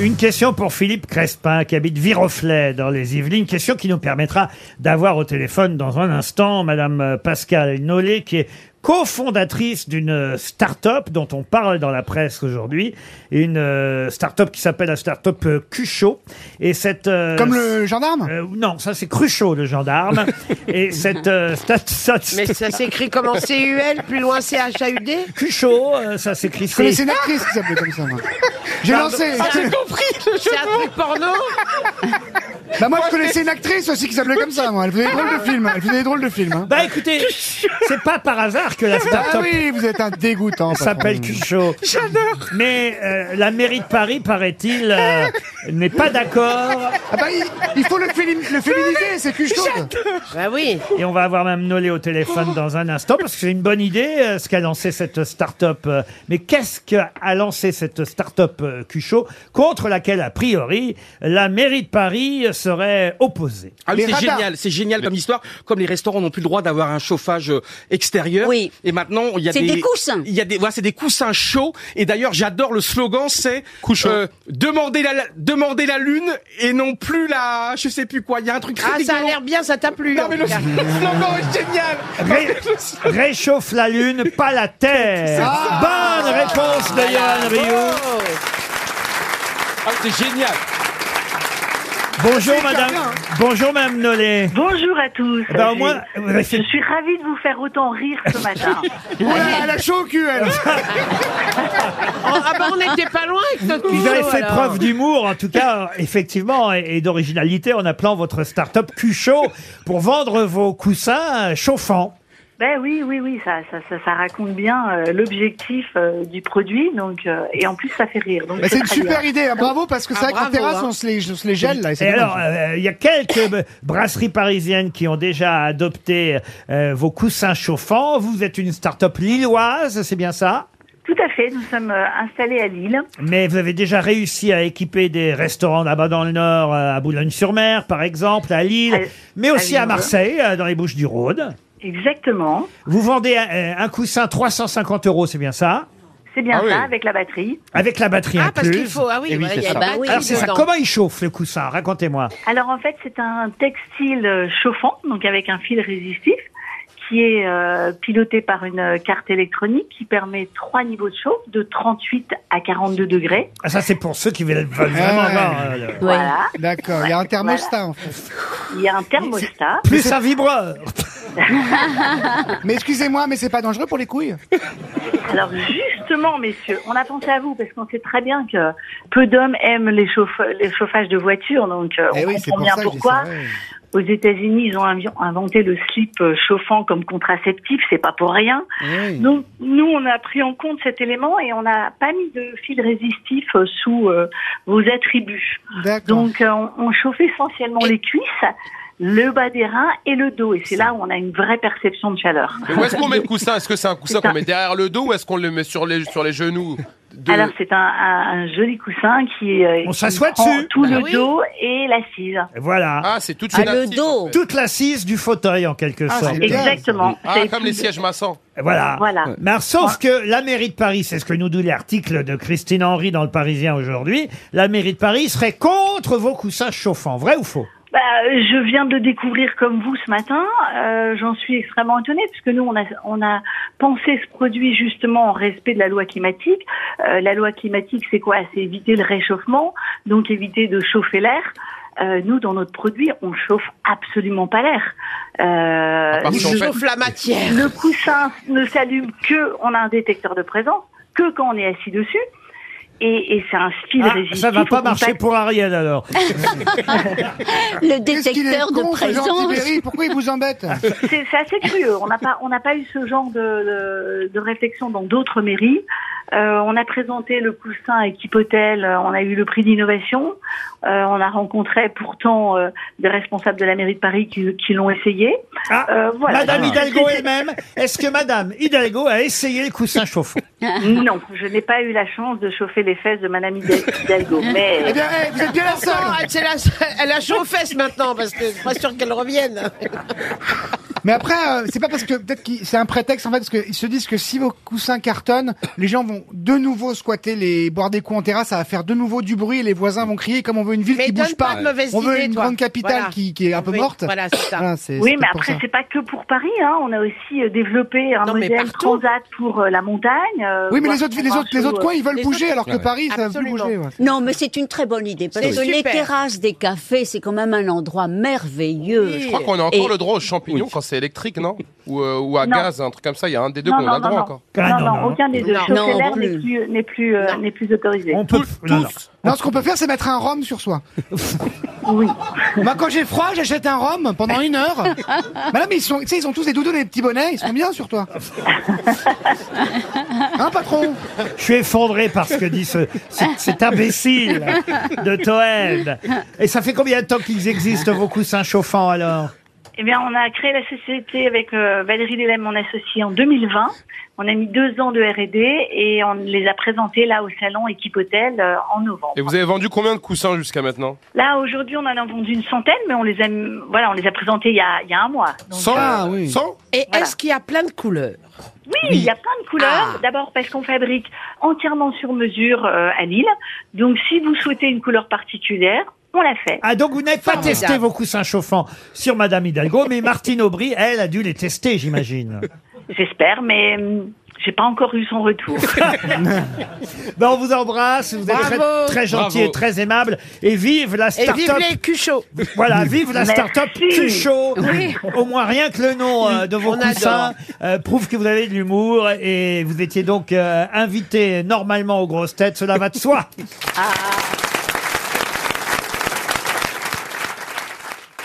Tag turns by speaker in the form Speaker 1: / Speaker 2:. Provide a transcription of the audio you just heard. Speaker 1: Une question pour Philippe Crespin, qui habite Viroflay, dans les Yvelines. Question qui nous permettra d'avoir au téléphone dans un instant Madame euh, Pascale Nollet, qui est cofondatrice d'une euh, start-up dont on parle dans la presse aujourd'hui. Une euh, start-up qui s'appelle la start-up euh, Cuchot. Et cette, euh,
Speaker 2: Comme le gendarme
Speaker 1: euh, non, ça c'est Cruchot, le gendarme. Et cette euh, stat- stat-
Speaker 3: Mais ça s'écrit comment C-U-L, plus loin C-H-A-U-D
Speaker 1: Cruchot, euh, ça s'écrit
Speaker 2: Je connaissais une actrice qui s'appelait comme ça, moi. Ah, J'ai lancé.
Speaker 3: Ah, C'est un truc porno
Speaker 2: Bah, moi, je connaissais une actrice aussi qui s'appelait comme ça, moi. Elle faisait des drôles de films. Elle faisait des drôles de films. hein.
Speaker 1: Bah écoutez, c'est pas par hasard que la
Speaker 2: Ah
Speaker 1: start-up
Speaker 2: oui, vous êtes un dégoûtant. patron.
Speaker 1: s'appelle Cuchot. J'adore. Mais euh, la mairie de Paris, paraît-il, euh, n'est pas d'accord.
Speaker 2: Ah bah, il, il faut le, félim- le féminiser, c'est plus chaude.
Speaker 3: Bah oui
Speaker 1: Et on va avoir même Nolé au téléphone dans un instant parce que c'est une bonne idée euh, ce qu'a lancé cette start-up. euh. Mais qu'est-ce qu'a lancé cette start-up euh, Cuchot contre laquelle, a priori, la mairie de Paris serait opposée
Speaker 4: Ah oui,
Speaker 2: Les
Speaker 4: c'est
Speaker 2: radars.
Speaker 4: génial, c'est génial comme histoire. Comme les restaurants n'ont plus le droit d'avoir un chauffage euh, extérieur.
Speaker 5: Oui.
Speaker 4: Et maintenant, il y a
Speaker 5: C'est
Speaker 4: des,
Speaker 5: des coussins.
Speaker 4: Il y a des, voilà, c'est des coussins chauds. Et d'ailleurs, j'adore le slogan, c'est euh, demandez la, la- demandez la lune et non plus la, je sais plus quoi. Il y a un truc.
Speaker 3: Ah,
Speaker 4: très
Speaker 3: ça a
Speaker 4: dégueulasse.
Speaker 3: l'air bien, ça t'a plu
Speaker 4: Non
Speaker 3: en
Speaker 4: mais le,
Speaker 3: tout
Speaker 4: le
Speaker 3: cas.
Speaker 4: slogan est génial.
Speaker 1: Ré- Réchauffe la lune, pas la terre. Bonne réponse de Yann Rioux.
Speaker 3: Oh,
Speaker 4: Ah, c'est génial.
Speaker 1: Bonjour
Speaker 2: C'est
Speaker 1: madame.
Speaker 2: carré, hein.
Speaker 1: Bonjour madame Nolé.
Speaker 6: Bonjour à tous.
Speaker 1: Ben, au
Speaker 6: Je-
Speaker 1: moins, vous avez fait-
Speaker 6: je suis ravie de vous faire autant rire ce matin.
Speaker 2: Voilà, elle a chaud au cul, elle.
Speaker 3: Oh, ah bah on n'était pas loin avec notre
Speaker 1: Vous
Speaker 3: couteau,
Speaker 1: avez fait
Speaker 3: alors.
Speaker 1: preuve d'humour, en tout cas, euh, effectivement, et, et d'originalité en appelant votre start-up Cuchot pour vendre vos coussins euh, chauffants.
Speaker 6: ben oui, oui, oui, ça, ça, ça, ça raconte bien euh, l'objectif euh, du produit, donc euh, et en plus ça fait rire. Donc
Speaker 2: Bah, c'est une
Speaker 6: très
Speaker 2: super
Speaker 6: bien.
Speaker 2: idée, hein. bravo, parce que c'est
Speaker 3: Ah,
Speaker 2: vrai qu'en
Speaker 3: bravo,
Speaker 2: terrasse,
Speaker 3: hein.
Speaker 2: on, se les, on se les gèle, là. et c'est
Speaker 1: Et
Speaker 2: dommage.
Speaker 1: alors, euh, il y a quelques euh, brasseries parisiennes qui ont déjà adopté euh, vos coussins chauffants. Vous êtes une start-up lilloise, c'est bien ça
Speaker 6: Tout à fait. Nous sommes euh, installés à Lille.
Speaker 1: Mais vous avez déjà réussi à équiper des restaurants là-bas dans le Nord, euh, à Boulogne-sur-Mer, par exemple, à Lille,
Speaker 6: À-
Speaker 1: mais aussi
Speaker 6: Lille,
Speaker 1: à
Speaker 6: ouais.
Speaker 1: Marseille, euh, dans les Bouches-du-Rhône.
Speaker 6: Exactement.
Speaker 1: Vous vendez euh, un coussin 350 euros, c'est bien ça
Speaker 6: C'est bien
Speaker 4: Ah oui.
Speaker 6: ça, avec la batterie.
Speaker 1: Avec la batterie
Speaker 3: Ah, parce
Speaker 1: incluse.
Speaker 3: qu'il faut, ah oui,
Speaker 4: Eh oui,
Speaker 3: bah,
Speaker 4: c'est
Speaker 3: il y a
Speaker 4: ça.
Speaker 3: pas
Speaker 5: Bah oui,
Speaker 3: de
Speaker 1: Alors c'est ça,
Speaker 3: dedans.
Speaker 1: comment il chauffe le coussin Racontez-moi.
Speaker 6: Alors en fait, c'est un textile euh, chauffant, donc avec un fil résistif, qui est euh, piloté par une euh, carte électronique qui permet trois niveaux de chauffe, de 38 à 42 degrés.
Speaker 1: Ah, ça c'est pour ceux qui veulent veulent vraiment
Speaker 2: Ah, Ouais.
Speaker 1: voir, euh, le-
Speaker 6: Voilà.
Speaker 2: D'accord, il y a un thermostat, en fait.
Speaker 6: Il y a un thermostat.
Speaker 1: Plus un vibreur.
Speaker 2: Mais excusez-moi, mais c'est pas dangereux pour les couilles
Speaker 6: Alors justement, messieurs, on a pensé à vous parce qu'on sait très bien que peu d'hommes aiment les, chauffe- les chauffages de voitures, donc euh,
Speaker 2: Eh
Speaker 6: on
Speaker 2: oui, c'est
Speaker 6: comprend
Speaker 2: pour ça
Speaker 6: bien
Speaker 2: que je dis
Speaker 6: pourquoi.
Speaker 2: ça. ouais.
Speaker 6: Aux États-Unis, ils ont invi- inventé le slip euh, chauffant comme contraceptif, c'est pas pour rien.
Speaker 2: Oui.
Speaker 6: Donc nous, on a pris en compte cet élément et on n'a pas mis de fil résistif euh, sous euh, vos attributs.
Speaker 2: D'accord.
Speaker 6: Donc euh, on, on chauffe essentiellement les cuisses, le bas des reins et le dos, et c'est là où on a une vraie perception de chaleur.
Speaker 7: Mais où est-ce qu'on met le coussin Est-ce que c'est un coussin
Speaker 6: Putain.
Speaker 7: qu'on met derrière le dos ou est-ce qu'on le met sur les, sur les genoux de-
Speaker 6: Alors c'est un, un- un joli coussin qui, euh,
Speaker 1: On
Speaker 6: qui
Speaker 1: s'assoit
Speaker 6: prend
Speaker 1: dessus.
Speaker 6: tout
Speaker 7: Bah
Speaker 6: le
Speaker 3: oui.
Speaker 6: dos et l'assise.
Speaker 1: Voilà.
Speaker 7: Ah, c'est toute
Speaker 5: Ah,
Speaker 7: une
Speaker 5: le
Speaker 7: assise,
Speaker 5: dos.
Speaker 7: en fait.
Speaker 1: Toute l'assise du fauteuil en quelque
Speaker 2: Ah,
Speaker 1: sorte.
Speaker 2: c'est bien.
Speaker 6: Exactement.
Speaker 7: Ah,
Speaker 6: C'est
Speaker 7: comme les
Speaker 6: tout-
Speaker 7: sièges massants.
Speaker 1: Voilà.
Speaker 6: Voilà.
Speaker 1: Mais alors, sauf que la mairie de Paris, c'est ce que nous dit l'article de Christine Henry dans le Parisien aujourd'hui, la mairie de Paris serait contre vos coussins chauffants. Vrai ou faux
Speaker 6: Bah, je viens de découvrir comme vous ce matin. Euh, J'en suis extrêmement étonnée puisque nous on a on a pensé ce produit justement en respect de la loi climatique. Euh, la loi climatique, c'est quoi C'est éviter le réchauffement, donc éviter de chauffer l'air. Euh, nous, dans notre produit, on chauffe absolument pas l'air. Euh,
Speaker 7: part si on
Speaker 3: Il
Speaker 7: fait-
Speaker 3: chauffe la matière.
Speaker 6: Le coussin ne s'allume que, on a un détecteur de présence, que quand on est assis dessus. Et, et c'est un fil
Speaker 1: Ah,
Speaker 6: résistif.
Speaker 1: Ça va pas
Speaker 6: au
Speaker 1: marcher
Speaker 6: contact.
Speaker 1: pour Ariel alors.
Speaker 5: Le
Speaker 2: Qu'est-ce qu'il est
Speaker 5: détecteur de
Speaker 2: con, ce Jean
Speaker 5: présence.
Speaker 2: Tibéri, Pourquoi il vous embête
Speaker 6: C'est c'est assez curieux. On n'a pas, on n'a pas eu ce genre de, de, de réflexion dans d'autres mairies. Euh, on a présenté le coussin équipe hôtel. euh, On a eu le prix d'innovation. Euh, on a rencontré pourtant euh, des responsables de la mairie de Paris qui, qui l'ont essayé.
Speaker 1: Ah,
Speaker 6: Euh, voilà.
Speaker 1: Madame Hidalgo elle-même, est-ce que Madame Hidalgo a essayé le coussin chauffant
Speaker 6: Non, je n'ai pas eu la chance de chauffer les fesses de Madame Hidalgo. Mais
Speaker 2: Eh bien, eh, vous êtes bien la seule
Speaker 3: Attends, elle, c'est la- elle a chaud aux fesses maintenant parce que je suis pas sûr qu'elle revienne.
Speaker 2: Mais après, euh, c'est pas parce que peut-être que c'est un prétexte en fait, parce qu'ils se disent que si vos coussins cartonnent, les gens vont de nouveau squatter les boire des coups en terrasse, ça va faire de nouveau du bruit et les voisins vont crier comme on veut une ville
Speaker 3: Mais
Speaker 2: qui
Speaker 3: donne
Speaker 2: bouge pas.
Speaker 3: pas de mauvaises
Speaker 2: on veut
Speaker 3: idées,
Speaker 2: une
Speaker 3: toi.
Speaker 2: grande capitale
Speaker 3: Voilà.
Speaker 2: qui, qui est un peu
Speaker 3: Oui,
Speaker 2: morte. Euh,
Speaker 3: voilà, c'est ça.
Speaker 2: Voilà, c'est-
Speaker 6: Oui,
Speaker 2: c'est
Speaker 6: mais
Speaker 2: peut-être pour
Speaker 6: après,
Speaker 2: ça.
Speaker 6: c'est pas que pour Paris. Hein. On a aussi euh, développé un
Speaker 3: Non, mais
Speaker 6: modèle
Speaker 3: partout.
Speaker 6: transat pour euh, la montagne. euh,
Speaker 2: Oui, mais les
Speaker 6: voir
Speaker 2: autres, les
Speaker 6: pour euh, un
Speaker 2: autres, les
Speaker 6: show,
Speaker 2: autres coins, ils veulent
Speaker 3: Les
Speaker 2: bouger,
Speaker 3: autres-
Speaker 2: alors que
Speaker 7: Ouais.
Speaker 2: Paris, ça veut plus
Speaker 3: Absolument.
Speaker 2: bouger. ouais.
Speaker 5: Non, mais c'est une très bonne idée parce
Speaker 3: C'est
Speaker 5: que les
Speaker 3: super.
Speaker 5: terrasses des cafés, c'est quand même un endroit merveilleux.
Speaker 3: Oui.
Speaker 7: Je crois qu'on a encore
Speaker 5: Et-
Speaker 7: le droit aux champignons quand c'est électrique, non ou, euh, ou à
Speaker 6: Non.
Speaker 7: gaz, un truc comme ça. Il y a un des deux
Speaker 6: Non,
Speaker 7: qu'on
Speaker 6: non,
Speaker 7: a le droit
Speaker 6: non,
Speaker 7: encore.
Speaker 6: euh,
Speaker 1: Ah,
Speaker 6: non, non, aucun des deux.
Speaker 3: Non.
Speaker 5: Non,
Speaker 6: Chauffer l'air
Speaker 5: non
Speaker 6: n'est
Speaker 5: plus.
Speaker 6: plus, n'est plus, euh,
Speaker 3: Non.
Speaker 6: n'est plus autorisé.
Speaker 1: On peut. non, non.
Speaker 2: Non, ce qu'on peut faire, c'est mettre un rhum sur soi.
Speaker 6: Oui.
Speaker 2: Moi, quand j'ai froid, j'achète un rhum pendant une heure. Bah non, mais ils sont, tu sais, ils ont tous des doudous, des petits bonnets, ils sont bien sur toi. Hein, patron
Speaker 1: Je suis effondré par ce que dit ce, ce- cet imbécile de Toed. Et ça fait combien de temps qu'ils existent, vos coussins chauffants, alors
Speaker 6: Eh bien, on a créé la société avec euh, Valérie Delem, mon associée, en 2020. On a mis deux ans de R&D et on les a présentés là au salon Équipe Hôtel euh, en novembre.
Speaker 7: Et vous avez vendu combien de coussins jusqu'à maintenant
Speaker 6: Là, aujourd'hui, on en a vendu une centaine, mais on les a, voilà, on les a présentés il y a, il y a un mois. Donc,
Speaker 7: 100
Speaker 2: Ah, oui.
Speaker 7: 100
Speaker 3: Et
Speaker 6: Voilà.
Speaker 3: est-ce qu'il y a plein de couleurs
Speaker 6: Oui, il y a plein de couleurs.
Speaker 3: Ah.
Speaker 6: D'abord parce qu'on fabrique entièrement sur mesure euh, à Lille. Donc si vous souhaitez une couleur particulière, on la fait.
Speaker 1: Ah, donc vous n'avez pas
Speaker 3: Formidable.
Speaker 1: testé vos coussins chauffants sur Madame Hidalgo, mais Martine Aubry, elle, a dû les tester, j'imagine.
Speaker 6: J'espère, mais hum, j'ai pas encore eu son retour.
Speaker 1: Ben, on vous embrasse, vous êtes très,
Speaker 3: Bravo.
Speaker 1: très gentil
Speaker 7: Bravo.
Speaker 1: et très aimable. Et vive la
Speaker 3: Et vive
Speaker 1: start-up
Speaker 3: les cuchots
Speaker 1: Voilà, vive la
Speaker 6: Merci.
Speaker 1: start-up Cuchot. Au moins rien que le nom euh, de vos
Speaker 3: On
Speaker 1: coussins euh, prouve que vous avez de l'humour et vous étiez donc euh, invité normalement aux grosses têtes, cela va de soi.